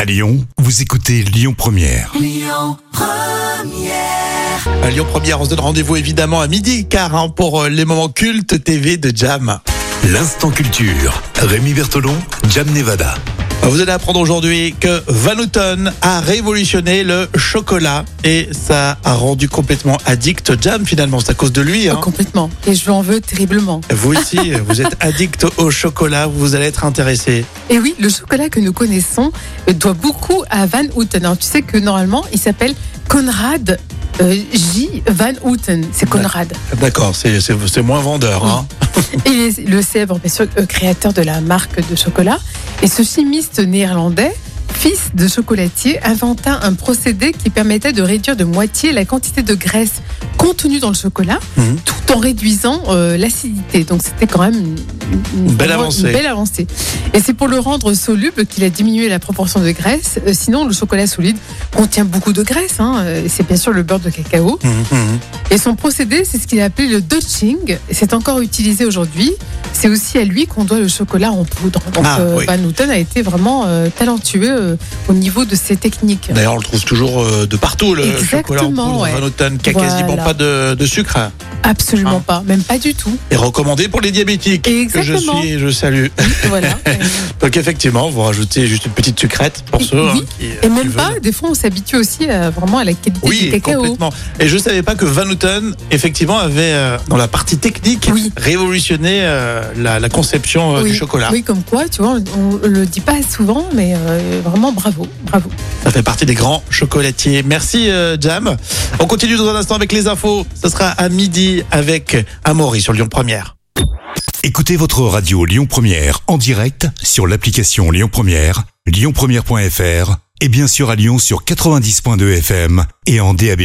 À Lyon, vous écoutez Lyon Première. À Lyon Première, on se donne rendez-vous évidemment à midi car hein, pour euh, les moments cultes TV de Jam. L'instant culture. Rémi Bertolon, Jam Nevada. Vous allez apprendre aujourd'hui que Van Houten a révolutionné le chocolat et ça a rendu complètement addict Jam finalement. C'est à cause de lui. hein. Ah, Complètement. Et je lui en veux terriblement. Vous aussi, vous êtes addict au chocolat, vous allez être intéressé. Et oui, le chocolat que nous connaissons euh, doit beaucoup à Van Houten. Alors, tu sais que normalement, il s'appelle Conrad euh, J. Van Houten. C'est Conrad. D'accord, c'est c'est- c'est moins vendeur. hein. Et il est le célèbre bien sûr, euh, créateur de la marque de chocolat. Et ce chimiste néerlandais, fils de chocolatier, inventa un procédé qui permettait de réduire de moitié la quantité de graisse contenue dans le chocolat, Mhm. tout en réduisant euh, l'acidité. Donc c'était quand même une, une- Une belle vraiment avancée. belle avancée. Et c'est pour le rendre soluble qu'il a diminué la proportion de graisse. Euh, sinon, le chocolat solide contient beaucoup de graisse. hein. Euh, C'est bien sûr le beurre de cacao. Mhm, mhm. Et son procédé, c'est ce qu'il a appelé le dutching. C'est encore utilisé aujourd'hui. C'est aussi à lui qu'on doit le chocolat en poudre. Donc Ah, euh, oui. Van Houten a été vraiment euh, talentueux euh, au niveau de ses techniques. D'ailleurs, on le trouve toujours euh, de partout le chocolat en Exactement, poudre ouais. Van Houten, qui a quasiment Voilà. pas de, de sucre. Absolument Ah. pas, même pas du tout. Et recommandé pour les diabétiques que je Exactement. suis et je salue. Voilà. Donc effectivement, vous rajoutez juste une petite sucrète pour Oui, ceux hein, oui. qui, Et qui même veulent. pas, des fois on s'habitue aussi à, vraiment à la qualité du Oui, cacao. complètement. Et je savais pas que Van Houten, effectivement, avait, euh, dans la partie technique, Oui. révolutionné euh, la, la conception euh, oui. du chocolat. Oui, comme quoi, tu vois, on, on le dit pas souvent, mais euh, vraiment bravo, bravo. Ça fait partie des grands chocolatiers. Merci, euh, Jam. On continue dans un instant avec les infos. Ce sera à midi avec Amaury sur Lyon Première. Écoutez votre radio Lyon Première en direct sur l'application Lyon Première, lyonpremière.fr et bien sûr à Lyon sur 90.2 FM et en DAB+.